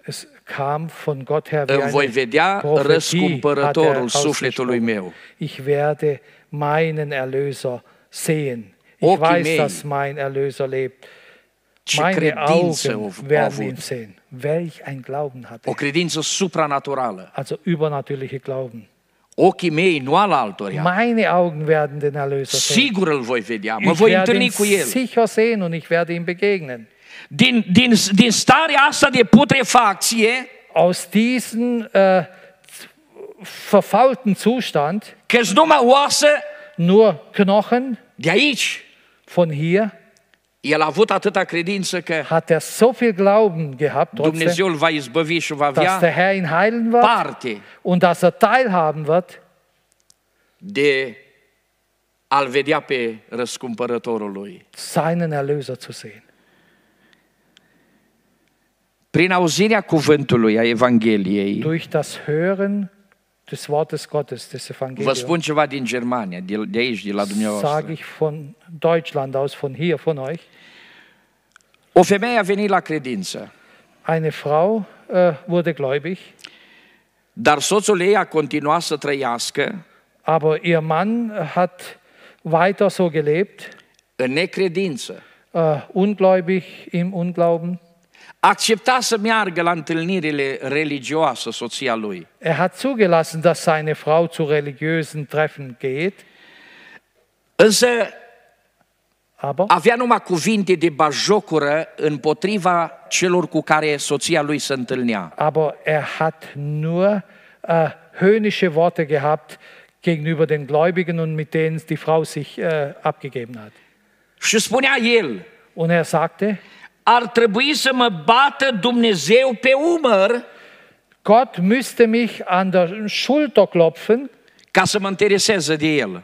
[SPEAKER 2] Es kam von Gott her
[SPEAKER 1] Îmi voi vedea
[SPEAKER 2] hat er
[SPEAKER 1] răscumpărătorul sufletului
[SPEAKER 2] ausgesprochen.
[SPEAKER 1] meu.
[SPEAKER 2] Ich werde meinen Erlöser sehen. Ich
[SPEAKER 1] Ochii
[SPEAKER 2] weiß,
[SPEAKER 1] mei.
[SPEAKER 2] dass mein Erlöser lebt.
[SPEAKER 1] Ce
[SPEAKER 2] Meine
[SPEAKER 1] credință
[SPEAKER 2] Augen
[SPEAKER 1] au- au
[SPEAKER 2] werden ihn
[SPEAKER 1] avut.
[SPEAKER 2] sehen. Welch ein Glauben hat
[SPEAKER 1] O
[SPEAKER 2] er.
[SPEAKER 1] credință supranaturală.
[SPEAKER 2] Also übernatürliche Glauben.
[SPEAKER 1] Ochii mei, nu al altora.
[SPEAKER 2] Meine Augen werden den Erlöser sehen.
[SPEAKER 1] Sigur îl voi vedea, mă
[SPEAKER 2] Ich
[SPEAKER 1] voi
[SPEAKER 2] werde ihn
[SPEAKER 1] întâlni cu el.
[SPEAKER 2] sicher sehen und ich werde ihm begegnen.
[SPEAKER 1] Din, din, din starea asta de putrefacție,
[SPEAKER 2] Aus diesem äh, verfaulten Zustand,
[SPEAKER 1] că numai oasă,
[SPEAKER 2] nur Knochen
[SPEAKER 1] de aici,
[SPEAKER 2] von hier,
[SPEAKER 1] el a avut atâta credință că
[SPEAKER 2] hat er so viel Glauben gehabt, trotzdem,
[SPEAKER 1] Dumnezeu îl va izbăvi și va
[SPEAKER 2] dass der
[SPEAKER 1] avea
[SPEAKER 2] Herr ihn heilen wird
[SPEAKER 1] parte
[SPEAKER 2] und dass er teilhaben wird,
[SPEAKER 1] de a-l vedea pe răscumpărătorul lui.
[SPEAKER 2] seinen Erlöser zu sehen.
[SPEAKER 1] Prin auzirea cuvântului a Evangheliei,
[SPEAKER 2] Durch das Hören des Wortes Gottes, des
[SPEAKER 1] vă
[SPEAKER 2] Evangeliums,
[SPEAKER 1] spun ceva din Germania, de, de aici, de la
[SPEAKER 2] sage
[SPEAKER 1] dumneavoastră.
[SPEAKER 2] ich von Deutschland aus, von hier, von euch,
[SPEAKER 1] O femeie a venit la credință,
[SPEAKER 2] Eine Frau äh, wurde gläubig,
[SPEAKER 1] dar soțul ei a continuat să trăiască
[SPEAKER 2] aber ihr Mann äh, hat weiter so gelebt,
[SPEAKER 1] în necredință.
[SPEAKER 2] äh, ungläubig im Unglauben.
[SPEAKER 1] Accepta să meargă la întâlnirile religioase soția lui.
[SPEAKER 2] Er hat zugelassen, dass seine Frau zu religiösen Treffen geht,
[SPEAKER 1] Însă
[SPEAKER 2] aber
[SPEAKER 1] avea numai cuvinte de bajocură împotriva celor cu care soția lui se întâlnea.
[SPEAKER 2] aber er hat nur äh, höhnische Worte gehabt gegenüber den Gläubigen und mit denen die Frau sich äh, abgegeben hat.
[SPEAKER 1] Și spunea el,
[SPEAKER 2] Und er sagte,
[SPEAKER 1] ar trebui să mă bată Dumnezeu pe umăr
[SPEAKER 2] Gott müsste mich an der Schulter klopfen,
[SPEAKER 1] ca să mă intereseze de el.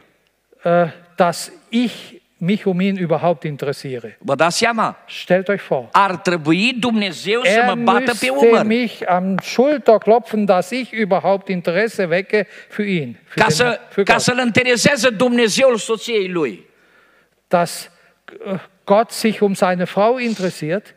[SPEAKER 2] äh, dass ich mich um ihn überhaupt interessiere.
[SPEAKER 1] Vă dați seama?
[SPEAKER 2] Stellt euch vor,
[SPEAKER 1] Ar trebui Dumnezeu să mă
[SPEAKER 2] er
[SPEAKER 1] bată pe
[SPEAKER 2] müsste
[SPEAKER 1] umăr
[SPEAKER 2] mich am Schulter klopfen, dass ich überhaupt Interesse wecke für ihn, für,
[SPEAKER 1] ca,
[SPEAKER 2] den,
[SPEAKER 1] să,
[SPEAKER 2] für
[SPEAKER 1] ca
[SPEAKER 2] Gott,
[SPEAKER 1] să-l intereseze Dumnezeul soției lui.
[SPEAKER 2] dass äh, Gott sich um seine Frau interessiert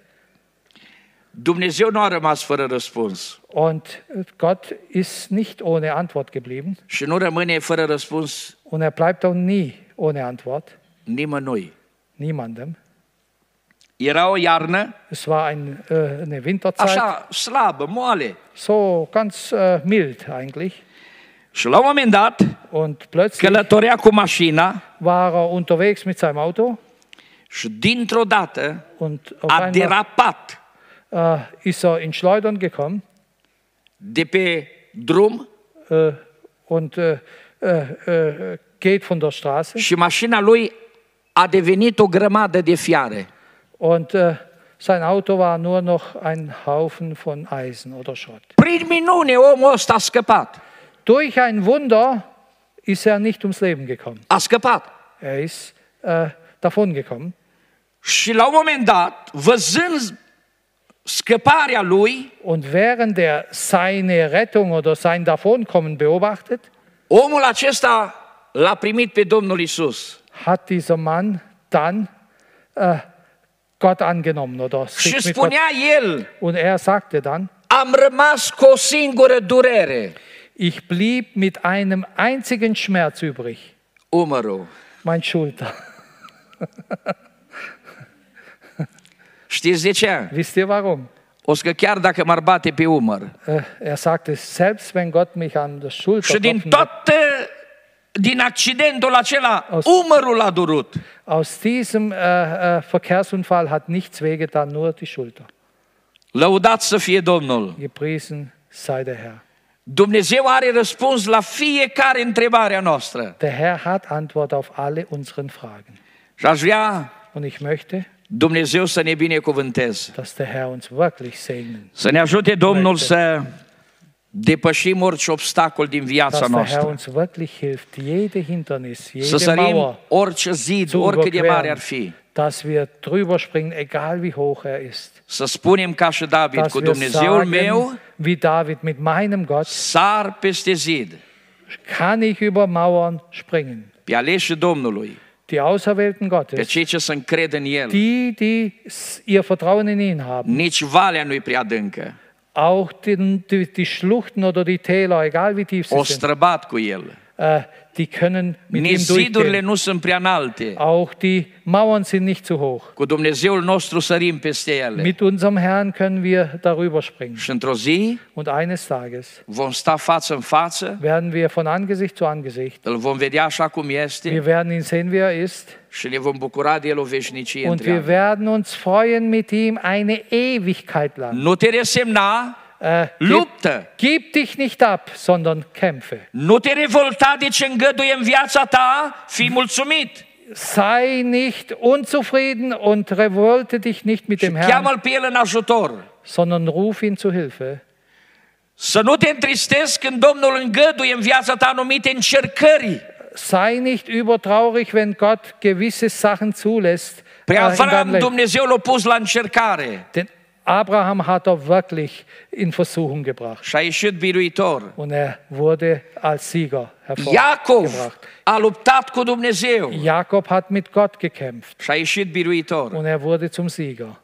[SPEAKER 1] Dumnezeu nu a rămas fără răspuns
[SPEAKER 2] und Gott ist nicht ohne Antwort geblieben
[SPEAKER 1] și nu rămâne fără răspuns
[SPEAKER 2] und er bleibt auch nie ohne Antwort,
[SPEAKER 1] nimănui.
[SPEAKER 2] niemandem.
[SPEAKER 1] Era o iarnă
[SPEAKER 2] Es war ein, äh, eine Winterzeit,
[SPEAKER 1] așa slabă, moale.
[SPEAKER 2] so ganz äh, mild eigentlich
[SPEAKER 1] Și la un moment dat
[SPEAKER 2] und plötzlich
[SPEAKER 1] călătorea cu mașina
[SPEAKER 2] war er unterwegs mit seinem Auto
[SPEAKER 1] și dintr-o dată
[SPEAKER 2] und auf
[SPEAKER 1] a
[SPEAKER 2] einmal
[SPEAKER 1] derapat
[SPEAKER 2] äh, ist er ins Schleudern gekommen
[SPEAKER 1] de pe drum
[SPEAKER 2] äh, und äh, äh, äh, geht von der Straße
[SPEAKER 1] și mașina lui a devenit o grămadă de fiare.
[SPEAKER 2] und äh, sein Auto war nur noch ein Haufen von Eisen oder Schrott.
[SPEAKER 1] Prin minune omul ăsta a scăpat.
[SPEAKER 2] Durch ein Wunder ist er nicht ums Leben gekommen.
[SPEAKER 1] A scăpat.
[SPEAKER 2] Er ist äh, davongekommen.
[SPEAKER 1] Și la un moment dat, văzând scăparea lui,
[SPEAKER 2] Und während er seine Rettung oder sein Davonkommen beobachtet,
[SPEAKER 1] Omul acesta l-a primit pe Domnul Isus.
[SPEAKER 2] hat dieser Mann dann äh, Gott angenommen oder
[SPEAKER 1] Și
[SPEAKER 2] sich mit Gott.
[SPEAKER 1] spunea el,
[SPEAKER 2] Und er sagte dann,
[SPEAKER 1] am rămas cu o singură durere,
[SPEAKER 2] ich blieb mit einem einzigen Schmerz übrig,
[SPEAKER 1] umărul.
[SPEAKER 2] mein Schulter.
[SPEAKER 1] Știți de ce?
[SPEAKER 2] Wisst ihr warum?
[SPEAKER 1] O să că chiar dacă m-ar bate pe umăr.
[SPEAKER 2] Äh, Er sagte, selbst wenn Gott mich an der Schulter
[SPEAKER 1] Și din
[SPEAKER 2] klopfen wird,
[SPEAKER 1] toată, din accidentul acela,
[SPEAKER 2] O să-
[SPEAKER 1] umărul a durut.
[SPEAKER 2] aus diesem äh, äh, Verkehrsunfall hat nichts wehgetan, nur die Schulter.
[SPEAKER 1] Lăudat să fie Domnul!
[SPEAKER 2] Gepriesen sei der Herr.
[SPEAKER 1] Dumnezeu are răspuns la fiecare întrebare a noastră.
[SPEAKER 2] Der Herr hat Antwort auf alle unseren Fragen.
[SPEAKER 1] Și aș vrea
[SPEAKER 2] Und ich möchte,
[SPEAKER 1] Dumnezeu să ne binecuvânteze.
[SPEAKER 2] dass der Herr uns wirklich segnet.
[SPEAKER 1] Să ne ajute Domnul
[SPEAKER 2] Mulțumesc.
[SPEAKER 1] să depășim orice obstacol din viața
[SPEAKER 2] Dass der Herr
[SPEAKER 1] noastră.
[SPEAKER 2] uns wirklich hilft, jede Hindernis,
[SPEAKER 1] Să
[SPEAKER 2] jede
[SPEAKER 1] sărim
[SPEAKER 2] Mauer
[SPEAKER 1] orice zid,
[SPEAKER 2] zu
[SPEAKER 1] oricât de mare ar
[SPEAKER 2] überqueren,
[SPEAKER 1] fi.
[SPEAKER 2] dass wir drüber springen, egal wie hoch er ist.
[SPEAKER 1] Să spunem ca și David,
[SPEAKER 2] Dass
[SPEAKER 1] cu
[SPEAKER 2] wir
[SPEAKER 1] Dumnezeul meu
[SPEAKER 2] sagen, wie David, mit meinem Gott
[SPEAKER 1] sar peste zid,
[SPEAKER 2] kann ich über Mauern springen.
[SPEAKER 1] pe aleșii Domnului,
[SPEAKER 2] Die Auserwählten
[SPEAKER 1] pe
[SPEAKER 2] Gottes,
[SPEAKER 1] cei ce se încred în El.
[SPEAKER 2] die, die s- ihr Vertrauen in ihn haben,
[SPEAKER 1] Nici valea nu-i prea adâncă.
[SPEAKER 2] auch die, die, die Schluchten oder die Täler, egal wie tief sie
[SPEAKER 1] O
[SPEAKER 2] sind,
[SPEAKER 1] străbat cu El.
[SPEAKER 2] äh, die können mit
[SPEAKER 1] Nici
[SPEAKER 2] ihm
[SPEAKER 1] zidurile
[SPEAKER 2] durchgehen.
[SPEAKER 1] nu sunt prea înalte.
[SPEAKER 2] Auch die Mauern sind nicht zu hoch.
[SPEAKER 1] Cu Dumnezeul nostru sărim peste ele.
[SPEAKER 2] Mit unserem Herrn können wir darüber springen.
[SPEAKER 1] Și într-o zi
[SPEAKER 2] Und eines Tages
[SPEAKER 1] vom sta față în față,
[SPEAKER 2] werden wir von Angesicht zu Angesicht,
[SPEAKER 1] îl vom vedea așa cum este
[SPEAKER 2] wir werden ihn sehen, wie er ist.
[SPEAKER 1] și ne vom bucura de el o veșnicie
[SPEAKER 2] Und wir
[SPEAKER 1] întreagă.
[SPEAKER 2] werden uns freuen mit ihm eine Ewigkeit lang.
[SPEAKER 1] Nu te resemna,
[SPEAKER 2] Äh, gib,
[SPEAKER 1] luptă!
[SPEAKER 2] gib dich nicht ab, sondern kämpfe.
[SPEAKER 1] Nu te revolta de ce îngăduie în viața ta, fii mulțumit!
[SPEAKER 2] Sei nicht unzufrieden und revolte dich nicht mit dem Herrn,
[SPEAKER 1] Cheamă-L pe El în ajutor!
[SPEAKER 2] sondern ruf ihn zu Hilfe.
[SPEAKER 1] Să nu te întristezi când Domnul îngăduie în viața ta anumite încercări.
[SPEAKER 2] Sei nicht übertraurig, wenn Gott gewisse Sachen zulässt. äh,
[SPEAKER 1] Pe
[SPEAKER 2] in deinem
[SPEAKER 1] Avram
[SPEAKER 2] Leben.
[SPEAKER 1] Dumnezeu l-a pus la încercare
[SPEAKER 2] Denn Abraham hat er wirklich in Versuchung gebracht.
[SPEAKER 1] și a ieșit biruitor.
[SPEAKER 2] Und er wurde als Sieger
[SPEAKER 1] Iacov
[SPEAKER 2] hervorgebracht.
[SPEAKER 1] a luptat cu Dumnezeu
[SPEAKER 2] Jakob hat mit Gott gekämpft
[SPEAKER 1] și a ieșit biruitor.
[SPEAKER 2] und er wurde zum Sieger.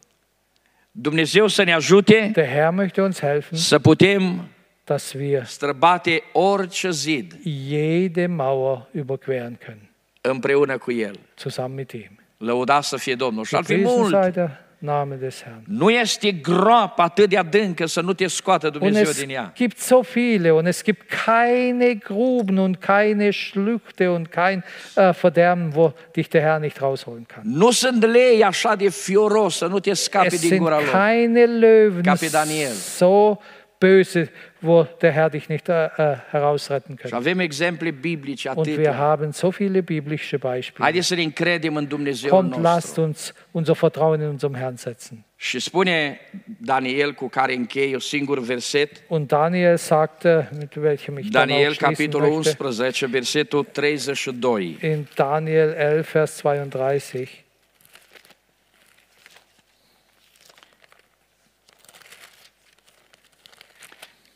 [SPEAKER 1] Dumnezeu să ne ajute
[SPEAKER 2] Der Herr möchte uns helfen,
[SPEAKER 1] să putem
[SPEAKER 2] dass wir
[SPEAKER 1] străbate orice zid
[SPEAKER 2] jede Mauer überqueren können,
[SPEAKER 1] împreună cu El.
[SPEAKER 2] zusammen mit ihm.
[SPEAKER 1] Lăuda să fie Domnul și ar fi
[SPEAKER 2] Gepriesen sei
[SPEAKER 1] mult.
[SPEAKER 2] der Name des Herrn.
[SPEAKER 1] Nu este groapă atât de adâncă să nu te scoată
[SPEAKER 2] Und
[SPEAKER 1] Dumnezeu
[SPEAKER 2] es
[SPEAKER 1] din ea.
[SPEAKER 2] gibt so viele und es gibt keine Gruben und keine Schlüchte und kein äh, Verderben, wo dich der Herr nicht rausholen kann.
[SPEAKER 1] Nu sunt lei așa de fioros să nu te scape
[SPEAKER 2] Es
[SPEAKER 1] din
[SPEAKER 2] sind
[SPEAKER 1] gura lor.
[SPEAKER 2] keine Löwen
[SPEAKER 1] Gabi Daniel.
[SPEAKER 2] so böse, wo der Herr dich nicht äh, äh, herausretten
[SPEAKER 1] Și
[SPEAKER 2] kann.
[SPEAKER 1] avem exemple biblice
[SPEAKER 2] Und wir
[SPEAKER 1] atâtea.
[SPEAKER 2] haben so viele biblische Beispiele.
[SPEAKER 1] Haideți să ne încredem în Dumnezeu
[SPEAKER 2] Kommt,
[SPEAKER 1] nostru.
[SPEAKER 2] lasst uns unser Vertrauen in unserem Herrn setzen.
[SPEAKER 1] Și spune Daniel, cu care închei un singur verset,
[SPEAKER 2] Und Daniel sagte, mit welchem ich dann auch
[SPEAKER 1] Daniel,
[SPEAKER 2] schließen
[SPEAKER 1] capitolul
[SPEAKER 2] möchte,
[SPEAKER 1] 11, versetul 32.
[SPEAKER 2] in Daniel 11, Vers 32.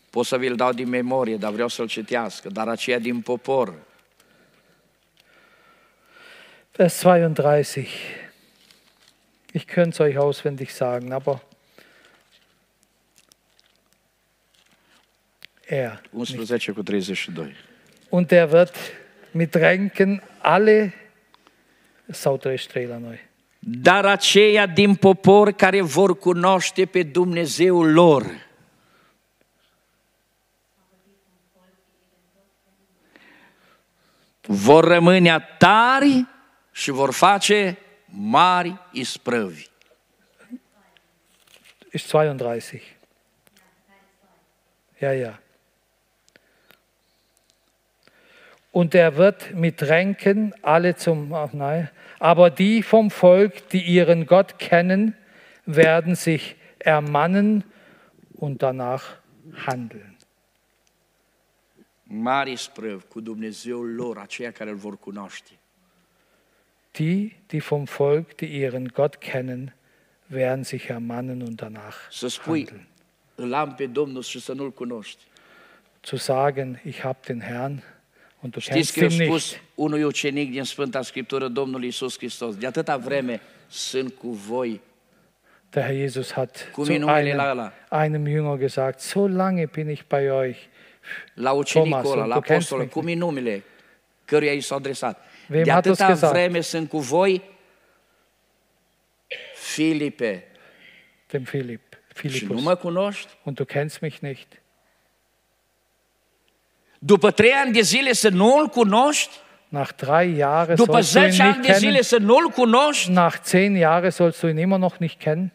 [SPEAKER 1] Pot să vi-l dau din memorie, dar vreau să-l citească. Dar aceia din popor,
[SPEAKER 2] Vers 32. Ich könnte es euch auswendig sagen, aber er.
[SPEAKER 1] 11 cu 32.
[SPEAKER 2] Und er wird mit Ränken alle sau trăiești trei la noi.
[SPEAKER 1] Dar aceia din popor care vor cunoaște pe Dumnezeul lor. Vor rămâne tari și vor face mari isprăvi.
[SPEAKER 2] Ist 32. Ja, ja. Und er wird mit Ränken alle zum, ach nein, aber die vom Volk, die ihren Gott kennen, werden sich ermannen und danach handeln.
[SPEAKER 1] Mari isprăvi cu Dumnezeul lor, aceia care îl vor cunoaște.
[SPEAKER 2] Die, die vom Volk, die ihren Gott kennen, werden sich ermannen und danach
[SPEAKER 1] Să spui, îl am pe Domnul și să nu-l cunoști.
[SPEAKER 2] zu sagen, ich habe den Herrn und du
[SPEAKER 1] Știți
[SPEAKER 2] kennst
[SPEAKER 1] că i-a
[SPEAKER 2] ihn
[SPEAKER 1] spus
[SPEAKER 2] nicht.
[SPEAKER 1] unui ucenic din Sfânta Scriptură, Domnul Iisus Hristos, de atâta vreme sunt cu voi
[SPEAKER 2] Der Herr Jesus hat
[SPEAKER 1] Cu
[SPEAKER 2] zu
[SPEAKER 1] minunile la
[SPEAKER 2] einem,
[SPEAKER 1] ăla.
[SPEAKER 2] einem Jünger gesagt, so lange bin ich bei euch.
[SPEAKER 1] la ucenicul
[SPEAKER 2] Thomas,
[SPEAKER 1] ăla, la
[SPEAKER 2] tu kennst
[SPEAKER 1] apostol,
[SPEAKER 2] mich
[SPEAKER 1] cum e numele căruia i s-a adresat.
[SPEAKER 2] Vei
[SPEAKER 1] De
[SPEAKER 2] m-a dus
[SPEAKER 1] atâta
[SPEAKER 2] chezat.
[SPEAKER 1] vreme sunt cu voi, Filipe,
[SPEAKER 2] Dem Philipp,
[SPEAKER 1] și nu
[SPEAKER 2] Philippus.
[SPEAKER 1] mă cunoști?
[SPEAKER 2] Und du kennst mich nicht.
[SPEAKER 1] După trei ani de zile să nu-l cunoști?
[SPEAKER 2] Nach drei Jahren
[SPEAKER 1] După
[SPEAKER 2] sollst du
[SPEAKER 1] 10
[SPEAKER 2] ihn
[SPEAKER 1] ani
[SPEAKER 2] nicht
[SPEAKER 1] de zile
[SPEAKER 2] kennen.
[SPEAKER 1] să nu-l cunoști?
[SPEAKER 2] Nach zehn Jahren sollst du ihn immer noch nicht kennen.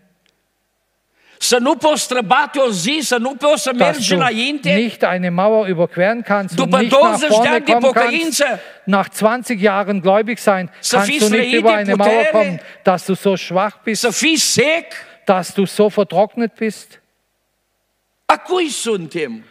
[SPEAKER 1] Să nu poți străbate o zi, să nu poți să
[SPEAKER 2] Dass
[SPEAKER 1] mergi
[SPEAKER 2] du
[SPEAKER 1] înainte?
[SPEAKER 2] nicht eine Mauer überqueren kannst und
[SPEAKER 1] După
[SPEAKER 2] nicht nach
[SPEAKER 1] 20 de
[SPEAKER 2] vorne
[SPEAKER 1] ani de
[SPEAKER 2] kommen
[SPEAKER 1] pocăință,
[SPEAKER 2] kannst. Nach 20 Jahren gläubig sein,
[SPEAKER 1] Să fii
[SPEAKER 2] kannst du nicht
[SPEAKER 1] slăit
[SPEAKER 2] über
[SPEAKER 1] de
[SPEAKER 2] eine Mauer
[SPEAKER 1] putere.
[SPEAKER 2] kommen, dass du so schwach bist,
[SPEAKER 1] Să fii sec?
[SPEAKER 2] dass du so vertrocknet bist.
[SPEAKER 1] A cui suntem?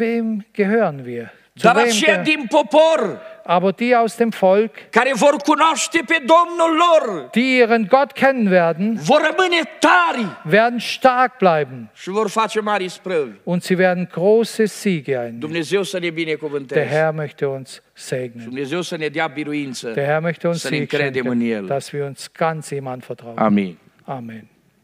[SPEAKER 2] Wem gehören wir? Zu
[SPEAKER 1] Dar
[SPEAKER 2] wem
[SPEAKER 1] aceia
[SPEAKER 2] gehören?
[SPEAKER 1] din popor
[SPEAKER 2] Aber die aus dem Volk,
[SPEAKER 1] care vor cunoaște pe Domnul lor
[SPEAKER 2] die ihren Gott kennen werden,
[SPEAKER 1] vor rămâne tari
[SPEAKER 2] werden stark bleiben
[SPEAKER 1] și vor face mari sprăvi.
[SPEAKER 2] und sie werden große Siege einnehmen.
[SPEAKER 1] Dumnezeu să ne
[SPEAKER 2] Der
[SPEAKER 1] binecuvânteze.
[SPEAKER 2] Herr möchte uns segnen.
[SPEAKER 1] Dumnezeu să ne dea biruință.
[SPEAKER 2] Der Herr möchte uns
[SPEAKER 1] să ne
[SPEAKER 2] Sieg
[SPEAKER 1] încredem în
[SPEAKER 2] schenken,
[SPEAKER 1] El.
[SPEAKER 2] dass wir uns ganz ihm anvertrauen.
[SPEAKER 1] Amin.
[SPEAKER 2] Amen.